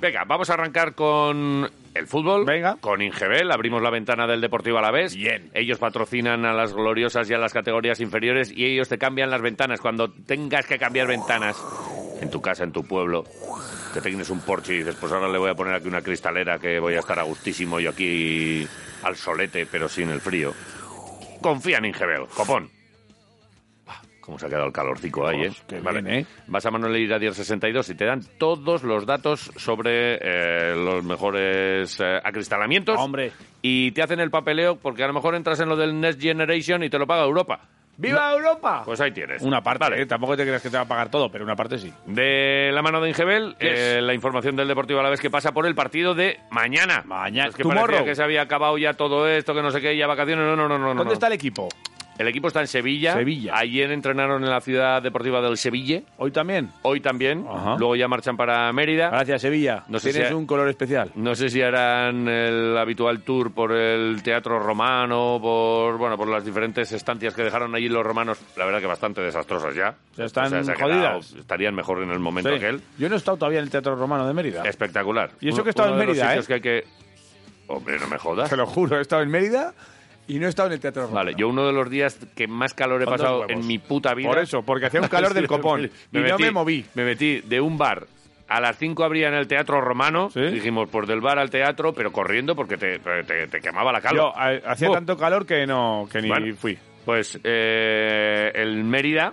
Venga, vamos a arrancar con el fútbol. Venga. Con Ingebel, abrimos la ventana del Deportivo Alavés. Bien. Ellos patrocinan a las gloriosas y a las categorías inferiores y ellos te cambian las ventanas. Cuando tengas que cambiar ventanas en tu casa, en tu pueblo, te tienes un Porsche y dices, pues ahora le voy a poner aquí una cristalera que voy a estar a gustísimo yo aquí al solete, pero sin el frío. Confía en Ingebel, copón. Ah, ¿Cómo se ha quedado el calorcico ahí, eh? Pues, qué bien, ¿eh? Vas a Manuel a 1062 y te dan todos los datos sobre eh, los mejores eh, acristalamientos. Hombre. Y te hacen el papeleo porque a lo mejor entras en lo del Next Generation y te lo paga Europa. ¡Viva Europa! Pues ahí tienes. una parte, Dale. ¿eh? tampoco te creas que te va a pagar todo, pero una parte sí. De la mano de Ingebel, eh, la información del Deportivo a la vez que pasa por el partido de mañana. Mañana. Es que Tomorrow. parecía que se había acabado ya todo esto, que no sé qué, ya vacaciones. No, no, no, no. ¿Dónde no. está el equipo? El equipo está en Sevilla. Sevilla. Ayer entrenaron en la ciudad deportiva del Sevilla. Hoy también. Hoy también. Ajá. Luego ya marchan para Mérida. Gracias, Sevilla. No sé Tienes si- un color especial. No sé si harán el habitual tour por el teatro romano, por bueno, por las diferentes estancias que dejaron allí los romanos. La verdad que bastante desastrosas ya. Ya están ha jodidas. quedado- estarían mejor en el momento Sí. que él. Yo no he estado todavía en el Teatro Romano de Mérida. Espectacular. Y eso Uno- que he estado uno en de los Mérida, ¿eh? sitios que hay que- Hombre, no me jodas. Te lo juro, he estado en Mérida y no he estado en el Teatro Romano. Vale, yo uno de los días que más calor he Con dos pasado huevos. en mi puta vida. Por eso, porque hacía un calor del copón. y no me moví. Me metí de un bar. A las 5 abría en el Teatro Romano. ¿Sí? Dijimos, pues del bar al teatro, pero corriendo porque te, te- te quemaba la calor. Yo a- hacía Oh. tanto calor que no que ni Bueno. fui. Pues eh, el Mérida,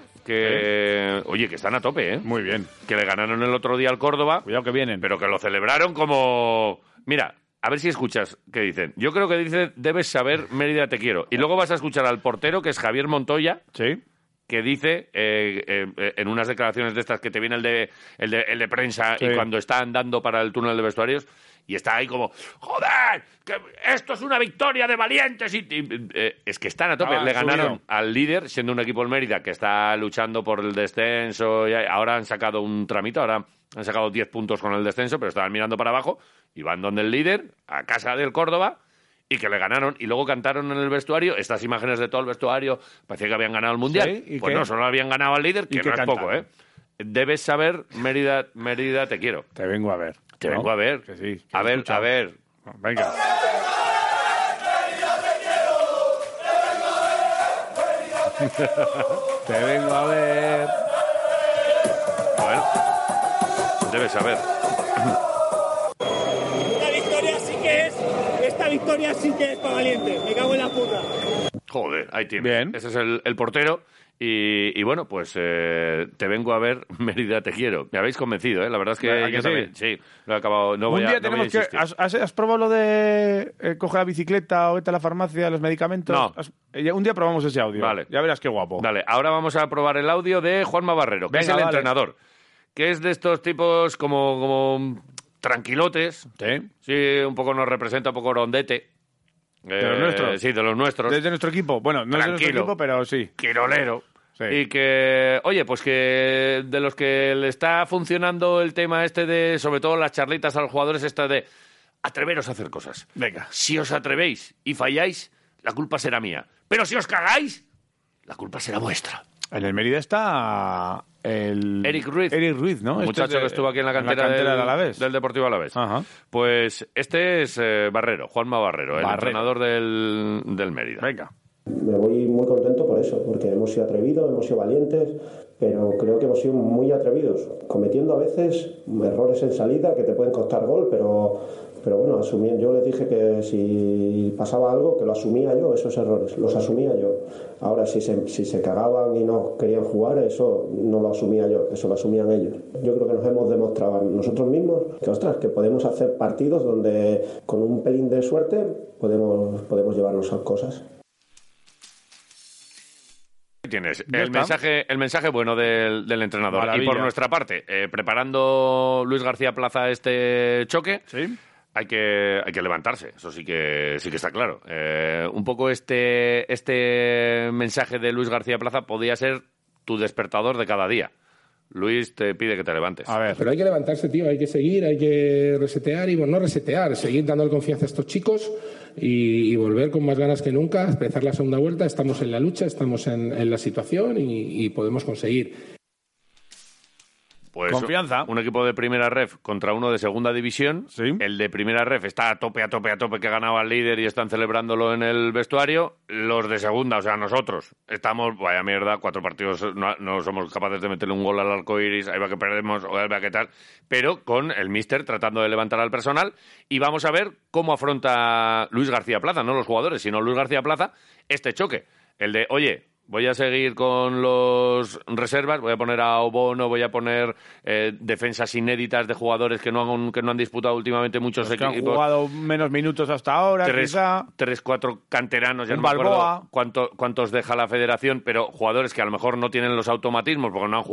que... Oye, que están a tope, ¿eh? Muy bien. Que le ganaron el otro día al Córdoba, Cuidado que vienen. pero que lo celebraron como... Mira, a ver si escuchas qué dicen. Yo creo que dice, debes saber, Mérida, te quiero. Y luego vas a escuchar al portero, que es Javier Montoya, Sí. que dice eh, eh, eh, en unas declaraciones de estas que te viene el de, el de, el de prensa Sí. y cuando está andando para el túnel de vestuarios y está ahí como, joder, que esto es una victoria de valientes. Y, y- eh, es que están a tope. Ah, Le subido. ganaron al líder, siendo un equipo el Mérida que está luchando por el descenso. Y ahora han sacado un tramito, ahora han sacado 10 puntos con el descenso, pero estaban mirando para abajo y van donde el líder, a casa del Córdoba. Y que le ganaron y luego cantaron en el vestuario estas imágenes de todo el vestuario. Parecía que habían ganado el mundial. Sí, ¿y pues qué? no, solo habían ganado al líder, ¿Y que qué no es cantan? poco, ¿eh? Debes saber, Mérida, Mérida, te quiero. Te vengo a ver. Te ¿no? vengo a ver. Que sí. que a ver, escucha. a ver. Venga. Te vengo a ver. A ver. Debes saber. Esta victoria sí que es, esta victoria sí que es para valiente. Me cago en la puta. Joder, ahí tienes. Bien. Ese es el, el portero. Y, y bueno, pues eh, te vengo a ver, Mérida, te quiero. Me habéis convencido, ¿eh? La verdad es que ¿A que yo sí? también. Sí, lo he acabado. No voy Un a, día no voy a tenemos que. insistir. ¿Has, has- has probado lo de eh, coge la bicicleta o vete a la farmacia, los medicamentos? No. Has- eh, ya- un día probamos ese audio. Vale. Ya verás qué guapo. Dale, ahora vamos a probar el audio de Juanma Barrero, que Venga, es el vale. entrenador. Que es de estos tipos como, como tranquilotes, Sí. Sí, un poco nos representa, un poco rondete. Eh, ¿De los nuestros? Sí, de los nuestros. Desde nuestro equipo. Bueno, no es de nuestro Tranquilo. equipo, pero sí. Quirolero. Sí. Y que, oye, pues que de los que le está funcionando el tema este de, sobre todo las charlitas a los jugadores, esta de atreveros a hacer cosas. Venga. Si os atrevéis y falláis, la culpa será mía. Pero si os cagáis, la culpa será vuestra. En el Mérida está el... Eric Ruiz. Mm. Eric Ruiz, ¿no? Un Este muchacho es de- que estuvo aquí en la cantera, del del, Alavés. del Deportivo Alavés. Ajá. Pues este es eh, Barrero, Juanma Barrero, el Barrero. entrenador del, del Mérida. Venga. Me voy muy contento por eso, porque hemos sido atrevidos, hemos sido valientes, pero creo que hemos sido muy atrevidos, cometiendo a veces errores en salida que te pueden costar gol, pero Pero bueno, asumí, yo les dije que si pasaba algo, que lo asumía yo, esos errores, los asumía yo. Ahora, si se, si se cagaban y no querían jugar, eso no lo asumía yo, eso lo asumían ellos. Yo creo que nos hemos demostrado a nosotros mismos que, ostras, que podemos hacer partidos donde con un pelín de suerte podemos, podemos llevarnos a cosas. tienes Ya el está. mensaje, el mensaje bueno del, del entrenador. Y por Maravilla. nuestra parte, eh, preparando Luis García Plaza este choque, Sí. hay que, hay que levantarse, eso sí que, sí que está claro. Eh, un poco este, este mensaje de Luis García Plaza podía ser tu despertador de cada día. Luis te pide que te levantes. A ver. Pero hay que levantarse, tío, hay que seguir, hay que resetear y bueno, no resetear, seguir dándole confianza a estos chicos y, y volver con más ganas que nunca, empezar la segunda vuelta, estamos en la lucha, estamos en, en la situación y, y podemos conseguir. Pues Confianza. Un equipo de primera ref contra uno de segunda división. Sí. El de primera ref está a tope, a tope, a tope que ha ganado al líder y están celebrándolo en el vestuario. Los de segunda, o sea, nosotros, estamos, vaya mierda, cuatro partidos, no, no somos capaces de meterle un gol al arco iris, ahí va que perdemos, o ahí va que tal. Pero con el míster tratando de levantar al personal y vamos a ver cómo afronta Luis García Plaza, no los jugadores, sino Luis García Plaza, este choque. El de, oye, Voy a seguir con los reservas, voy a poner a Obono, voy a poner eh, defensas inéditas de jugadores que no han, que no han disputado últimamente muchos Los que han equipos. jugado menos minutos hasta ahora, Tres, quizá. tres, cuatro canteranos, ya Un no me acuerdo Balboa. cuánto- cuántos deja la federación, pero jugadores que a lo mejor no tienen los automatismos porque no han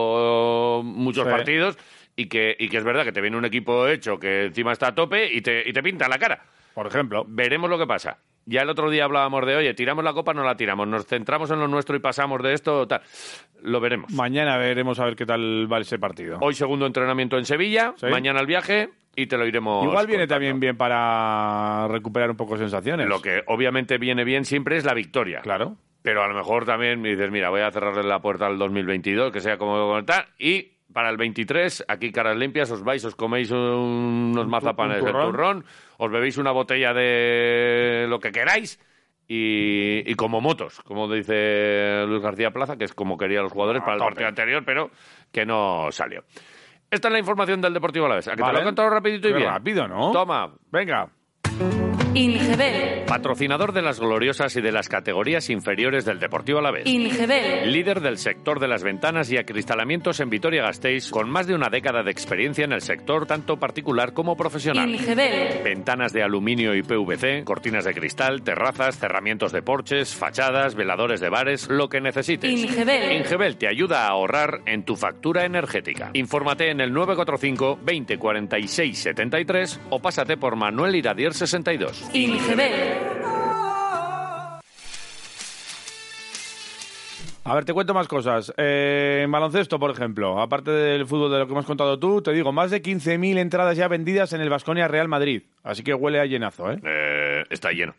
jugado muchos Sí. partidos y que, y que es verdad que te viene un equipo hecho que encima está a tope y te, y te pinta la cara. Por ejemplo. Veremos lo que pasa. Ya el otro día hablábamos de, oye, tiramos la copa, no la tiramos, nos centramos en lo nuestro y pasamos de esto, tal. Lo veremos. Mañana veremos a ver qué tal va ese partido. Hoy segundo entrenamiento en Sevilla, Sí. mañana el viaje y te lo iremos. Igual viene contando. también bien para recuperar un poco sensaciones. Lo que obviamente viene bien siempre es la victoria. Claro. Pero a lo mejor también me dices, mira, voy a cerrarle la puerta al 2022, que sea como contar, y para el 23, aquí caras limpias, os vais, os coméis un- unos mazapanes un de turrón. turrón, os bebéis una botella de lo que queráis, y, y como motos, como dice Luis García Plaza, que es como querían los jugadores Ah, para el partido anterior, pero que no salió. Esta es la información del Deportivo Alavés. ¿A que te lo Vale. he contado rapidito y Qué bien? rápido, ¿no? Toma, Venga. Ingebel, patrocinador de las gloriosas y de las categorías inferiores del Deportivo Alavés. Ingebel, Líder del sector de las ventanas y acristalamientos en Vitoria-Gasteiz, con más de una década de experiencia en el sector tanto particular como profesional. Ingebel, Ventanas de aluminio y PVC, cortinas de cristal, terrazas, cerramientos de porches, fachadas, veladores de bares, lo que necesites. Ingebel. Ingebel te ayuda a ahorrar en tu factura energética. Infórmate en el 945 20 46 73 o pásate por Manuel Iradier 62. Ingebel, A ver, te cuento más cosas. Eh, en baloncesto, por ejemplo, aparte del fútbol de lo que hemos contado tú, te digo, más de 15.000 entradas ya vendidas en el Vasconia Real Madrid. Así que huele a llenazo, ¿eh? Eh, está lleno.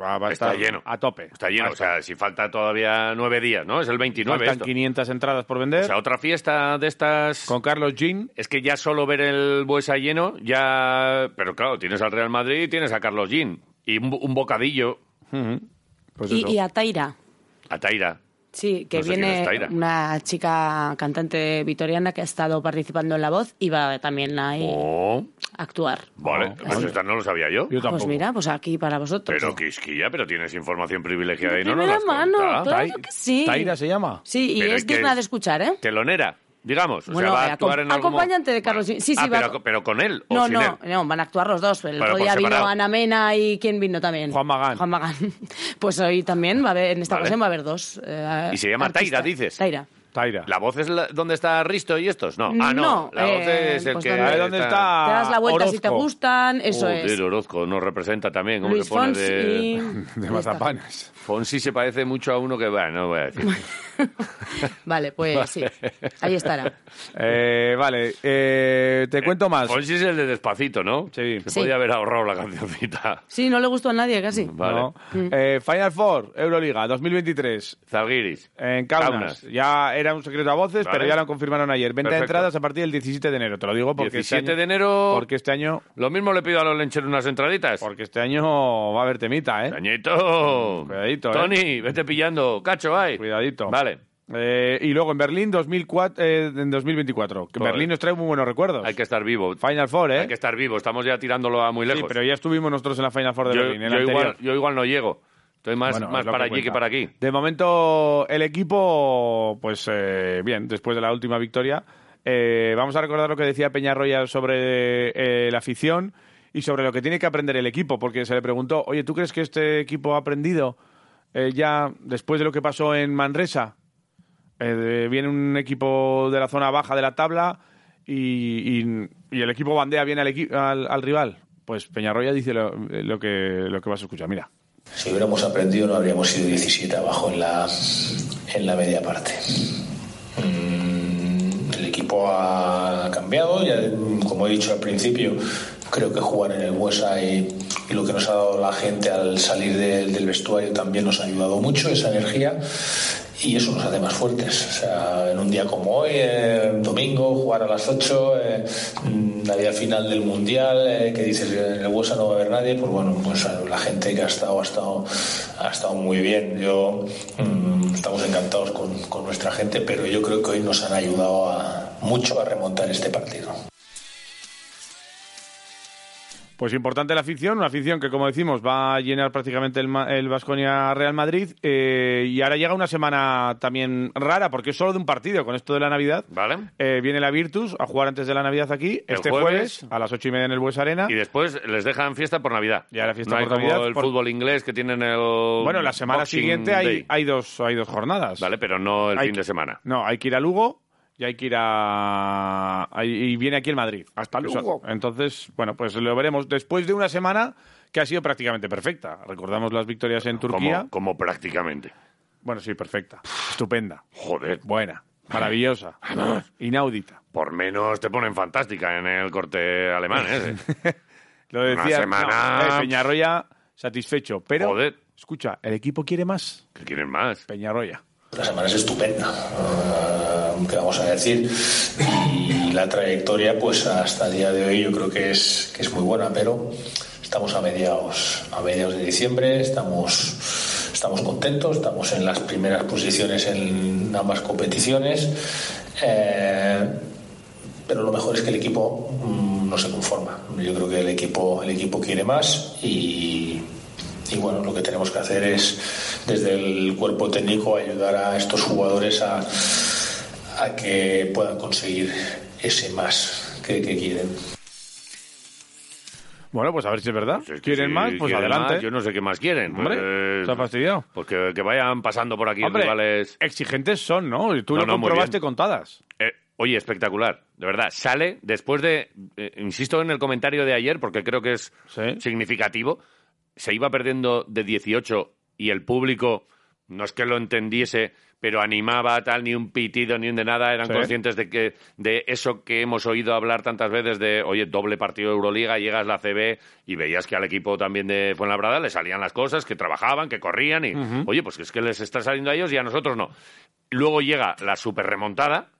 Va, va a Está estar lleno. A tope. Está lleno. Va a O estar. sea, si falta todavía nueve días, ¿no? Es el 29 Faltan esto. 500 entradas por vender. O sea, otra fiesta de estas. con Carlos Jean. Es que ya solo ver el Buesa lleno, ya. Pero claro, tienes al Real Madrid y tienes a Carlos Gin. Y un, un bocadillo Pues Y, eso. y a Taira. a Taira. Sí, que No sé quién es viene Taira. una chica cantante vitoriana que ha estado participando en La Voz y va también ahí Oh, a actuar. vale. Oh, pues esta no lo sabía yo. Yo tampoco. Pues mira, pues aquí para vosotros. Pero Quisquilla, pero tienes información privilegiada y no nos primera las mano, cuenta. claro que sí. Taira se llama. Sí, y Pero es ¿qué digna es? de escuchar, ¿eh? Telonera, digamos. O Bueno, sea, va a eh, actuar acom- en algún mo- acompañante de Carlos Bueno. Gin. Sí, sí, Ah, va- pero, pero con él. o No, sin no, él. no, van a actuar los dos. El Pero otro por día vino separado. Ana Mena y ¿quién vino también? Juan Magán. Juan Magán. Pues hoy también va a haber, en esta Vale. ocasión va a haber dos. eh, Y se llama Taira, artistas. dices. Taira. Taira. ¿La voz es la- donde está Risto y estos? No. Ah, No, no. La voz eh, es el pues que. donde- A ver, ¿dónde está? Te das la vuelta si te Orozco. gustan, eso Joder, es. Orozco nos representa también. ¿Cómo Luis se pone Fonsi de... y... De mazapanes. Fonsi se parece mucho a uno que va, no voy a decir. Vale, pues sí. Ahí estará. Eh, vale, eh, te cuento más. Fonsi es el de despacito, ¿no? Sí. Se Sí. podía haber ahorrado la cancioncita. Sí, no le gustó a nadie casi. Vale. ¿no? Eh, Final Four, Euroliga 2023. Zalguiris. En Kaunas. Kaunas. Ya era un secreto a voces, Vale. pero ya lo confirmaron ayer. Venta Perfecto. de entradas a partir del 17 de enero. Te lo digo porque. 17 este año, de enero. Porque este año. Lo mismo le pido a los lencheros unas entraditas. Porque este año va a haber temita, ¿eh? Cañito. Cuidadito, ¿eh? Tony, vete pillando. Cacho, hay. Cuidadito. Vale. Eh, y luego en Berlín 2004, eh, en 2024. Que Joder. Berlín nos trae muy buenos recuerdos. Hay que estar vivo. Final Four, ¿eh? Hay que estar vivo. Estamos ya tirándolo a muy Sí, lejos. pero ya estuvimos nosotros en la Final Four de yo, Berlín. el yo igual, anterior. yo igual no llego. Estoy más, Bueno, más es lo para allí cuenta. que para aquí. De momento, el equipo, pues eh, bien, después de la última victoria, eh, vamos a recordar lo que decía Peñarroya sobre eh, la afición y sobre lo que tiene que aprender el equipo, porque se le preguntó, oye, ¿tú crees que este equipo ha aprendido eh, ya después de lo que pasó en Manresa? Eh, de- viene un equipo de la zona baja de la tabla y, y- y el equipo bandea bien al, equi- al, al rival. Pues Peñarroya dice lo, lo que, lo que vas a escuchar. Mira. Si hubiéramos aprendido, no habríamos sido 17 abajo en la, en la media parte. Mm, El equipo ha cambiado, ya, mm, como he dicho al principio, creo que jugar en el Huesa y, y lo que nos ha dado la gente al salir de- del vestuario también nos ha ayudado mucho, esa energía, y eso nos hace más fuertes. O sea, en un día como hoy, eh, domingo, jugar a las 8, eh, mm, la día final del Mundial, eh, que dices que en el Huesa no va a haber nadie, pues bueno, pues a la gente que ha estado, ha estado, ha estado muy bien. Yo mm, estamos encantados con, con nuestra gente, pero yo creo que hoy nos han ayudado a- mucho a remontar este partido. Pues importante la afición, una afición que, como decimos, va a llenar prácticamente el, Ma- el Baskonia Real Madrid. eh, y ahora llega una semana también rara, porque es solo de un partido con esto de la Navidad. ¿Vale? Eh, viene la Virtus a jugar antes de la Navidad aquí, El este jueves. jueves, a las ocho y media en el Bues Arena. Y después les dejan fiesta por Navidad. Y ahora Ah. fiesta no hay por como Navidad, el por- fútbol inglés que tienen el. Bueno, la semana Boxing siguiente Day. hay, hay, dos, hay dos jornadas. Vale, pero no el Hay fin que- de semana. No, hay que ir a Lugo y hay que ir a... hay- y viene aquí el Madrid. Hasta Que son- Lugo. Entonces, bueno, pues lo veremos después de una semana que ha sido prácticamente perfecta. Recordamos las victorias en Turquía. Como, como prácticamente. Bueno, sí, perfecta. Estupenda. Joder, Buena. Maravillosa. Inaudita. por menos te ponen fantástica en el corte alemán, ¿eh? Lo Una decía semana- no, eh, Peñarroya satisfecho. Pero, Joder. escucha, el equipo quiere más. ¿Qué quieren más? Peñarroya. La semana es estupenda, eh, ¿qué vamos a decir? Y la trayectoria, pues hasta el día de hoy yo creo que es, que es muy buena, pero estamos a mediados, a mediados de diciembre, estamos, estamos contentos, estamos en las primeras posiciones en ambas competiciones, eh, pero lo mejor es que el equipo mm, no se conforma. Yo creo que el equipo, el equipo quiere más y, y bueno, lo que tenemos que hacer es desde el cuerpo técnico ayudar a estos jugadores a, a que puedan conseguir ese más que, que quieren. Bueno, pues a ver si es verdad. Si es que ¿Quieren si más? Pues quieren adelante. más, yo no sé qué más quieren. Hombre, Eh, se ha fastidiado. Pues que, que vayan pasando por aquí Hombre, rivales. exigentes son, ¿no? Y Tú No, lo no, muy comprobaste bien. contadas. Eh, oye, espectacular. De verdad, sale después de. eh, insisto en el comentario de ayer, porque creo que es Sí. significativo. Se iba perdiendo de 18 y el público no es que lo entendiese, pero animaba tal, ni un pitido, ni un de nada. Eran Sí. conscientes de que de eso que hemos oído hablar tantas veces de, oye, doble partido de Euroliga, llegas a la CB y veías que al equipo también de Fuenlabrada le salían las cosas, que trabajaban, que corrían y, oye, pues es que les está saliendo a ellos y a nosotros no. Luego llega la super remontada,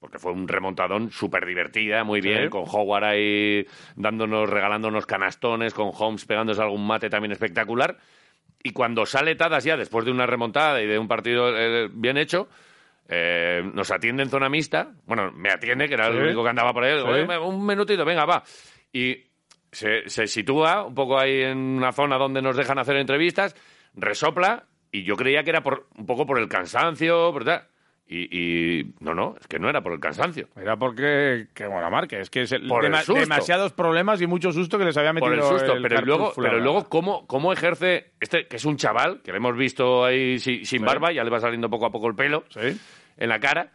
porque fue un remontadón súper divertida, muy bien, con Howard ahí dándonos, regalándonos canastones, con Holmes pegándose algún mate también espectacular. Y cuando sale Tadas ya, después de una remontada y de un partido eh, bien hecho, eh, nos atiende en zona mixta. Bueno, me atiende, que era Sí. el único que andaba por ahí. Sí. Oye, me- un minutito, venga, va. Y se, se sitúa un poco ahí en una zona donde nos dejan hacer entrevistas, resopla, y yo creía que era por, un poco por el cansancio, ¿verdad? Y, y no, no, es que no era por el cansancio. Era porque, que bueno, Marque, es que es el- Por el dema- susto. demasiados problemas y mucho susto que les había metido por el susto, el pero Cartus luego, pero Fulano. luego cómo, cómo ejerce este que es un chaval que le hemos visto ahí si- sin Sí. barba, ya le va saliendo poco a poco el pelo Sí. en la cara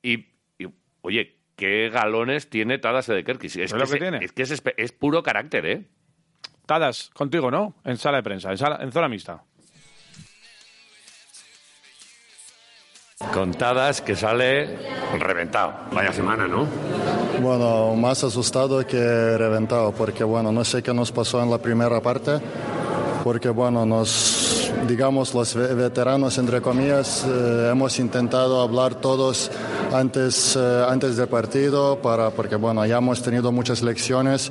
y, y, oye, qué galones tiene Tadas de Kerkis. Es, Es lo que se- tiene. es que es, espe- es puro carácter, ¿eh? Tadas, contigo, ¿no? En sala de prensa, en, sala- en zona mixta. Contadas que sale reventado. Vaya semana, ¿no? Bueno, más asustado que reventado, porque bueno, no sé qué nos pasó en la primera parte, porque bueno, nos digamos, los ve- veteranos, entre comillas, eh, hemos intentado hablar todos antes, eh, antes del partido, para, porque bueno, ya hemos tenido muchas lecciones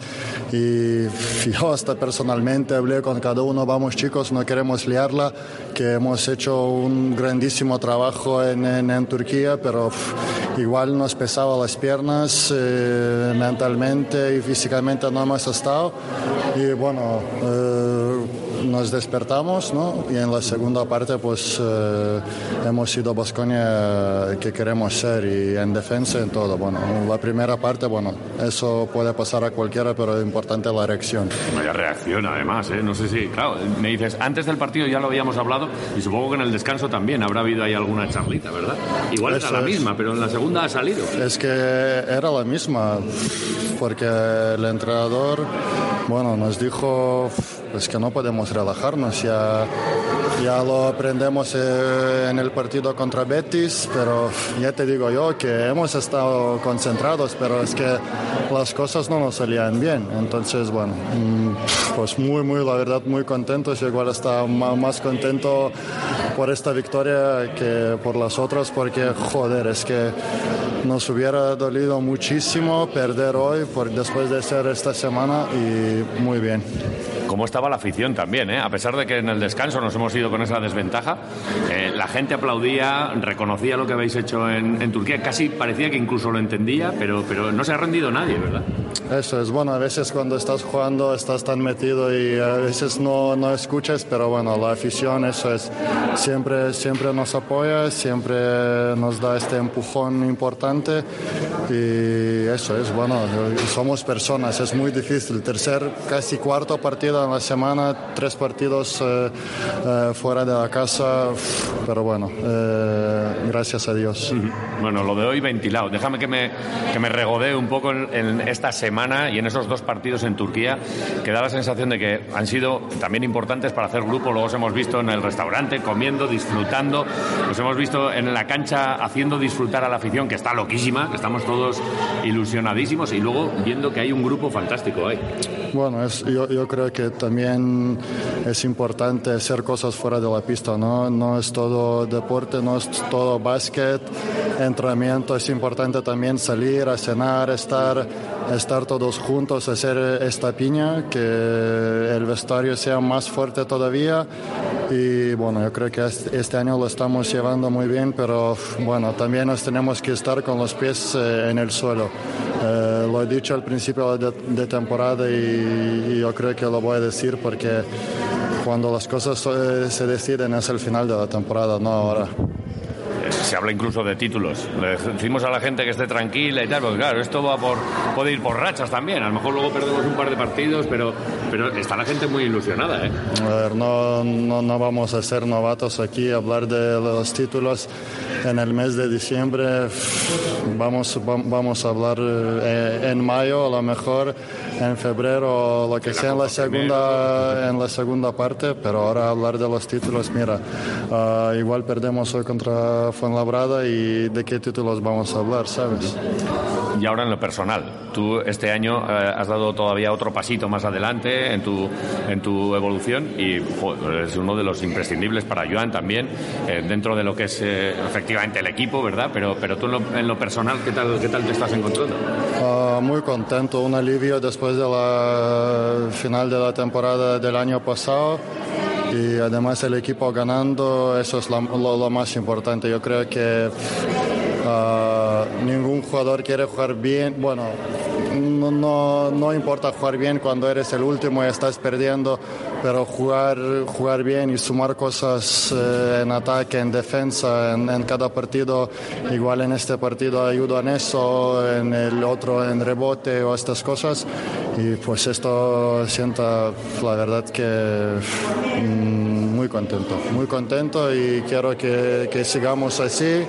y yo hasta personalmente hablé con cada uno, vamos chicos, no queremos liarla, que hemos hecho un grandísimo trabajo en, en- en Turquía, pero pff, igual nos pesaba las piernas, eh, mentalmente y físicamente no hemos estado y bueno, eh, nos despertamos ¿no? y en la segunda parte pues eh, hemos sido Basconia que queremos ser y en defensa en todo. Bueno, la primera parte, bueno, eso puede pasar a cualquiera, pero es importante la reacción. Vaya reacción, además, ¿eh? No sé si, claro, me dices, antes del partido ya lo habíamos hablado y supongo que en el descanso también habrá habido ahí alguna charlita, ¿verdad? Igual era Eso la es. misma, pero en la segunda ha salido. Es que era la misma, porque el entrenador, bueno, nos dijo pues que no podemos relajarnos, ya, ya lo aprendemos eh, en el partido contra Betis, pero ya te digo yo que hemos estado concentrados, pero es que las cosas no nos salían bien, entonces bueno, mm, pues muy, muy, la verdad, muy contentos, yo igual estaba ma- más contento por esta victoria que por las otras, porque joder, es que... Nos hubiera dolido muchísimo perder hoy por, después de ser esta semana y muy bien. Cómo estaba la afición también, ¿eh? A pesar de que en el descanso nos hemos ido con esa desventaja, eh, la gente aplaudía, reconocía lo que habéis hecho en, en Turquía, casi parecía que incluso lo entendía, pero, pero no se ha rendido nadie, ¿verdad? Eso es bueno, a veces cuando estás jugando estás tan metido y a veces no, no escuchas, pero bueno, la afición eso es, siempre, siempre nos apoya, siempre nos da este empujón importante y eso es bueno, somos personas, es muy difícil. Tercer, casi cuarto partido en la semana, tres partidos eh, eh, fuera de la casa, pero bueno, eh, gracias a Dios. Bueno, lo de hoy ventilado. Déjame que me, que me regodee un poco en, en esta semana y en esos dos partidos en Turquía, que da la sensación de que han sido también importantes para hacer grupo. Luego os hemos visto en el restaurante, comiendo, disfrutando. Los hemos visto en la cancha haciendo disfrutar a la afición, que está loquísima, que estamos todos ilusionadísimos. Y luego viendo que hay un grupo fantástico ahí. Bueno, es- yo, yo creo que también es importante hacer cosas fuera de la pista, ¿no? No es todo deporte, no es todo básquet, entrenamiento, es importante también salir a cenar, estar, estar todos juntos, hacer esta piña, que el vestuario sea más fuerte todavía. Y bueno, yo creo que es- este año lo estamos llevando muy bien, pero bueno, también nos tenemos que estar con los pies eh, en el suelo. Eh, lo he dicho al principio de, de temporada y, y yo creo que lo voy a decir porque cuando las cosas eh, se deciden es el final de la temporada, no ahora. Eh, Se habla incluso de títulos. Le decimos a la gente que esté tranquila y tal, porque claro, esto va por, puede ir por rachas también. A lo mejor luego perdemos un par de partidos, pero, pero está la gente muy ilusionada, ¿eh? A ver, no, no, no vamos a ser novatos aquí, hablar de los títulos en el mes de diciembre. Vamos, vam- vamos a hablar eh, en mayo, a lo mejor en febrero, o lo que sea en la segunda, en la segunda parte, pero ahora hablar de los títulos, mira, ah, igual perdemos hoy contra Fuenlabrada y de qué títulos vamos a hablar, ¿sabes? Y ahora en lo personal, tú este año eh, has dado todavía otro pasito más adelante en tu, en tu evolución y jo, es uno de los imprescindibles para Joan también, eh, dentro de lo que es eh, efectivamente el equipo, ¿verdad? Pero, pero tú en lo, en lo personal, ¿qué tal, ¿qué tal te estás encontrando? Ah, muy contento, un alivio después de la final de la temporada del año pasado y además el equipo ganando, eso es la- lo, lo más importante. Yo creo que ah, ningún jugador quiere jugar bien, bueno, no, no, no importa jugar bien cuando eres el último y estás perdiendo, pero jugar, jugar bien y sumar cosas eh, en ataque, en defensa, en, en cada partido, igual en este partido ayudo en eso, en el otro en rebote o estas cosas. Y pues esto sienta, la verdad que mm, muy contento, muy contento y quiero que, que sigamos así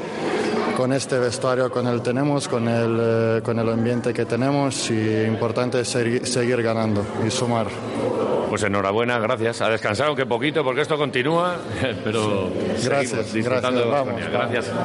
con este vestuario con el tenemos, con el, eh, con el ambiente que tenemos y importante es segui- seguir ganando y sumar. Pues enhorabuena, gracias. A descansar aunque poquito, porque esto continúa, pero Sí. seguimos Gracias, disfrutando de gracias, Baskonia. vamos, gracias.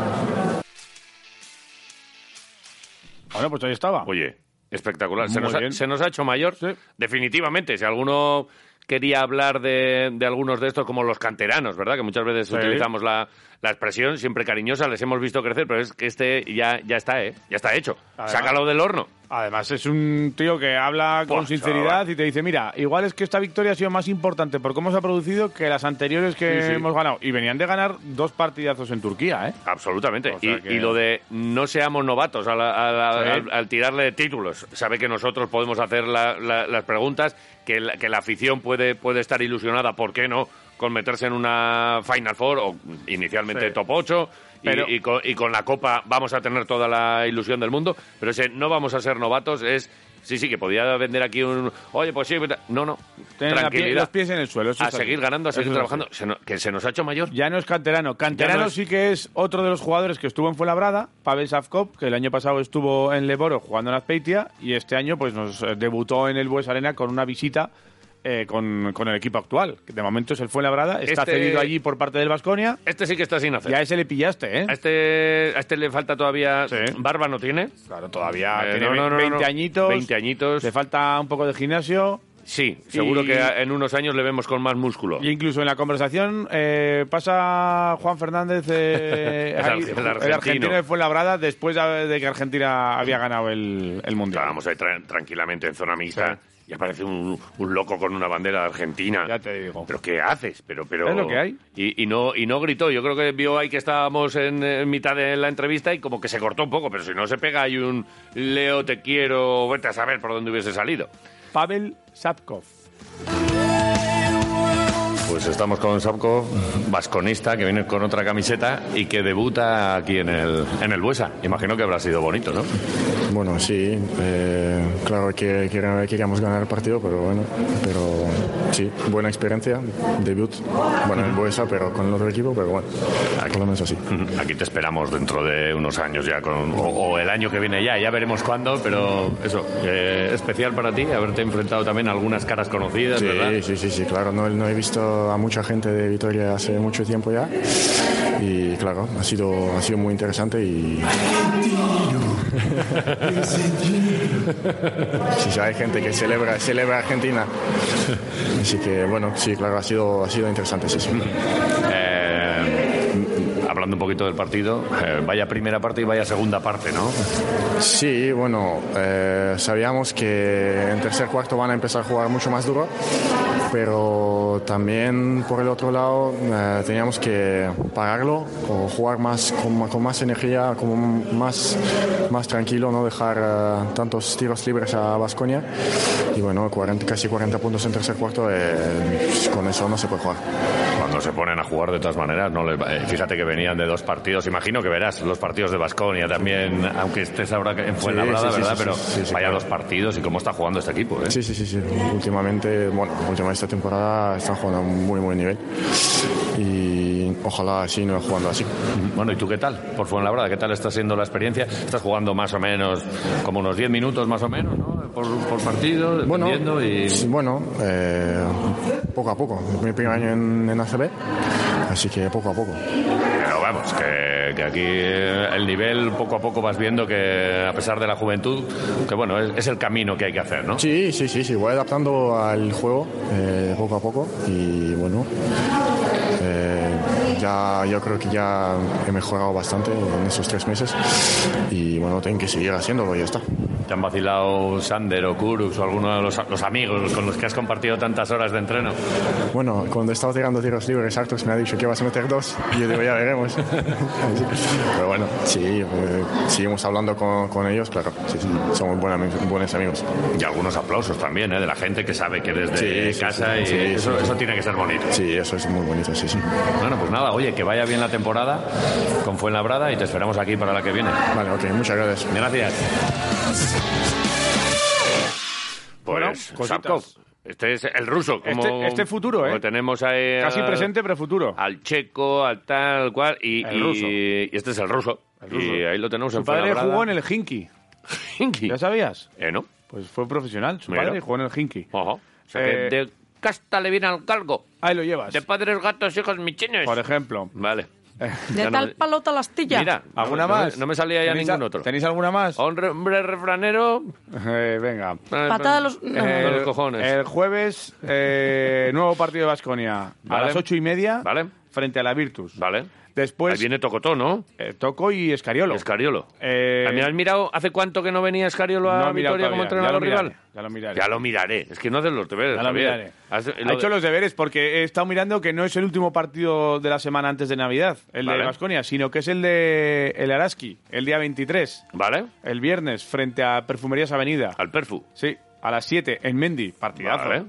Bueno, pues ahí estaba. Oye, espectacular. Se Muy nos, ha, bien. se nos ha hecho mayor, definitivamente. Si alguno quería hablar de, de algunos de estos como los canteranos, ¿verdad? Que muchas veces Sí. utilizamos la, la expresión siempre cariñosa, les hemos visto crecer, pero es que este ya, ya está, ¿eh? Ya está hecho. Además- Sácalo del horno. Además, es un tío que habla con Buah, sinceridad chaval. y te dice, mira, igual es que esta victoria ha sido más importante por cómo se ha producido que las anteriores que Sí, sí. hemos ganado. Y venían de ganar dos partidazos en Turquía, ¿eh? Absolutamente. O sea y, que- y lo de no seamos novatos a la- a la- Sí. al, al tirarle de títulos. Sabe que nosotros podemos hacer la- la- las preguntas, que la, que la afición puede, puede estar ilusionada, ¿por qué no? Con meterse en una Final Four o inicialmente Sí. Top 8. y- Pero- y, con, y con la Copa vamos a tener toda la ilusión del mundo. Pero ese no vamos a ser novatos es... Sí, sí, que podía vender aquí un... Oye, pues sí... pero- No, no. Tener la pie- Tranquilidad. los pies en el suelo. eso a es así. seguir ganando, a Eso seguir es así. trabajando. Se no- que se nos ha hecho mayor. Ya no es canterano. Canterano Ya no es- sí que es otro de los jugadores que estuvo en Fuenlabrada, Pavel Savkov, que el año pasado estuvo en Leboro jugando en Azpeitia y este año pues nos eh, debutó en el Bues Arena con una visita eh, con, con el equipo actual, que de momento es el Fuenlabrada, está Este- cedido allí por parte del Vasconia. Este sí que está sin hacer. Ya ese le pillaste, ¿eh? A este, a este le falta todavía. Sí. Barba no tiene. Claro, todavía Eh, tiene no, no, no, 20 no. añitos. 20 añitos. Le falta un poco de gimnasio. Sí, seguro Y- que en unos años le vemos con más músculo. Y incluso en la conversación eh, pasa Juan Fernández, eh, El ahí, ar- el el argentino. argentino de Fuenlabrada, después de de que Argentina había ganado el, el Mundial. Estábamos ahí tra- tranquilamente en zona mixta y aparece un, un loco con una bandera de Argentina. Ya te digo. ¿Pero qué haces? Pero, pero... Es lo que hay. Y, y no, y no gritó. Yo creo que vio ahí que estábamos en, en mitad de la entrevista y como que se cortó un poco. Pero si no se pega, hay un Leo, te quiero, vete a saber por dónde hubiese salido. Pavel Sapkov. Pues estamos con Sapkov, vasconista, que viene con otra camiseta y que debuta aquí en el, en el Buesa. Imagino que habrá sido bonito, ¿no? Bueno, sí, eh, claro que quer- queríamos ganar el partido, pero bueno, pero sí, buena experiencia, debut, bueno, en Buesa, pero con el otro equipo, pero bueno, por lo menos así. Aquí te esperamos dentro de unos años ya, con, o, o el año que viene ya, ya veremos cuándo, pero eso, eh, especial para ti, haberte enfrentado también a algunas caras conocidas, Sí, ¿verdad? sí, sí, sí, claro, no, no he visto a mucha gente de Vitoria hace mucho tiempo ya y claro, ha sido, ha sido muy interesante y... Sí, sí, hay gente que celebra, celebra Argentina. Así que bueno, sí, claro, ha sido, ha sido interesante, sí, sí. Eh, m- hablando un poquito del partido, eh, vaya primera parte y vaya segunda parte, ¿no? Sí, bueno, eh, sabíamos que en tercer cuarto van a empezar a jugar mucho más duro, pero también por el otro lado eh, teníamos que pararlo o jugar más con, con más energía, como más, más tranquilo, no dejar eh, tantos tiros libres a Vasconia. Y bueno, 40 casi 40 puntos en tercer cuarto, eh, con eso no se puede jugar. Cuando se ponen a jugar de todas maneras, no les va- eh, fíjate que venían de dos partidos. Imagino que verás los partidos de Vasconia también, aunque estés ahora que- en Fuenlabrada, sí, sí, ¿verdad? sí, Pero sí, sí, vaya claro. dos partidos y cómo está jugando este equipo, ¿eh? Sí, sí, sí, sí. Últimamente, bueno, última esta temporada están jugando a un muy buen nivel y ojalá sigan jugando así. Bueno, ¿y tú qué tal? Por Fuenlabrada, ¿qué tal está siendo la experiencia? Estás jugando más o menos, como unos 10 minutos más o menos, ¿no? Por, por partido, Bueno, dependiendo y... sí, bueno eh, poco a poco. Es mi primer año en, en ACB, así que poco a poco. Pero vamos, que, que aquí eh, el nivel poco a poco vas viendo que, a pesar de la juventud, que bueno, es, es el camino que hay que hacer, ¿no? Sí, sí, sí, sí. Voy adaptando al juego eh, poco a poco y bueno, eh, ya yo creo que ya he mejorado bastante en esos tres meses y bueno, tengo que seguir haciéndolo y ya está. ¿Te han vacilado Sander o Kurux o alguno de los, los amigos con los que has compartido tantas horas de entreno? Bueno, cuando estaba tirando tiros libres, Artus me ha dicho que vas a meter dos. Y yo digo, ya veremos. Pero bueno, sí, eh, seguimos hablando con, con ellos, claro. Sí, sí, somos buena- buenos amigos. Y algunos aplausos también, ¿eh? De la gente que sabe que desde Sí, sí, casa sí, y sí, sí, eso, sí. eso tiene que ser bonito. Sí, eso es muy bonito, sí, sí. Bueno, pues nada, oye, que vaya bien la temporada con Fuenlabrada y te esperamos aquí para la que viene. Vale, ok, muchas gracias. Gracias. Bueno, Pues, cositas. Sapkov, este es el ruso. Como, Este- este futuro, como ¿eh? tenemos ahí Casi al- presente, pero futuro. Al checo, al tal, cual. Y, El y- ruso. y este es el ruso. ruso. Y ahí lo tenemos Su en padre Fuenlabrada. jugó en el Hinky. Hinky. ¿Ya sabías? Eh, ¿no? Pues fue profesional. Su Mira. padre jugó en el Hinky. Ajá. O sea que Eh, de casta le viene al cargo. Ahí lo llevas. De padres, gatos, hijos, michines. Por ejemplo. Vale. De Ya no- tal palo tal astilla. Mira, ¿Alguna no- no- más? No me salía ya ¿Tenéis ningún a- otro. Oh. ¿Tenéis alguna más? Eh, Hombre refranero. Eh, venga. Eh, Patada a los- no. A los cojones. El jueves, eh, nuevo partido de Basconia. Vale. A las ocho y media. Frente a la Virtus. Vale. Después. eh, Ahí viene Tocotó, ¿no? Toco y pues- Escariolo. Escariolo. Eh, También has mirado hace cuánto que no venía Escariolo No a he mirado Vitoria como todavía. Ya entrenador lo miraré, rival. Ya lo miraré. Ya lo miraré. Es que no haces los deberes. Ya lo Javier. miraré. Has- lo ha de- hecho los deberes porque he estado mirando que no es el último partido de la semana antes de Navidad, el Vale. de Vasconia, sino que es el de el Araski, el día 23. Vale. El viernes, frente a Perfumerías Avenida. Al Perfu. Sí, a las 7, en Mendy, partidazo. Vale.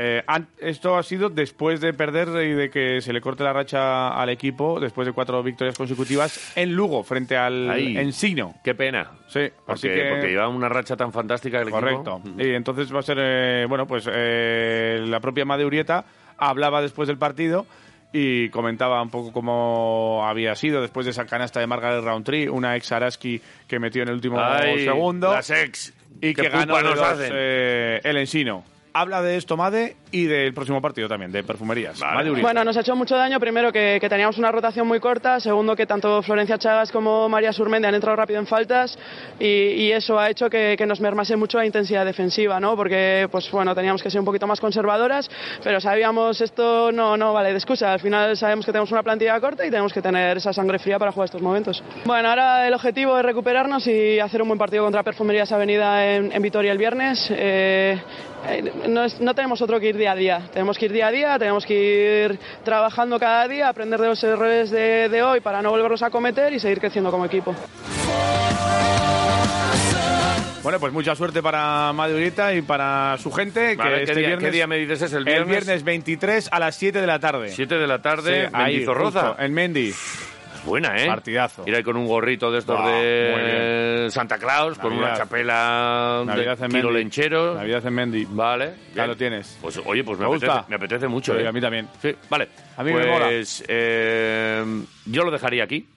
Eh, an- esto ha sido después de perder y de que se le corte la racha al equipo, después de cuatro victorias consecutivas en Lugo, frente al Ahí. Ensigno. Qué pena. Sí, así Porque, que... porque llevaba una racha tan fantástica el Correcto. equipo. Y entonces va a ser, eh, bueno, pues eh, la propia Made Urieta hablaba después del partido y comentaba un poco cómo había sido después de esa canasta de Margaret Roundtree, una ex Araski que metió en el último Ay, segundo. las ex. Y Qué que ganó pupa de nos dos, hacen. eh, el Ensino. Habla de esto Made y del próximo partido también, de perfumerías. Made Urieta. Bueno, nos ha hecho mucho daño, primero que, que teníamos una rotación muy corta, segundo que tanto Florencia Chagas como María Surmende han entrado rápido en faltas y, y eso ha hecho que, que nos mermase mucho la intensidad defensiva, ¿no? Porque, pues bueno, teníamos que ser un poquito más conservadoras, pero sabíamos esto no, no vale de excusa, al final sabemos que tenemos una plantilla corta y tenemos que tener esa sangre fría para jugar estos momentos. Bueno, ahora el objetivo es recuperarnos y hacer un buen partido contra Perfumerías Avenida en, en Vitoria el viernes. Eh, eh, no, es- no tenemos otro que ir día a día. Tenemos que ir día a día, tenemos que ir trabajando cada día, aprender de los errores de, de hoy para no volverlos a cometer y seguir creciendo como equipo. Bueno, pues mucha suerte para Made Urieta y para su Vale, gente. que ¿qué este día- viernes, qué día me dices es? ¿El viernes? 23 a las 7 de la tarde. 7 de la tarde, Sí, ahí, Mendizorroza. justo, en Mendy. Buena, ¿eh? Partidazo. Ir ahí con un gorrito de estos Buah, muy de Santa Claus, con Navidad. una chapela Navidad de en tiro Mendy. lenchero. Navidad en Mendy. Vale. Ya bien. lo tienes. Pues oye, pues me, ¿Te apetece, gusta? me apetece mucho. Sí, ¿eh? a mí también. Sí, vale. A mí me pues, mola. eh, yo lo dejaría aquí.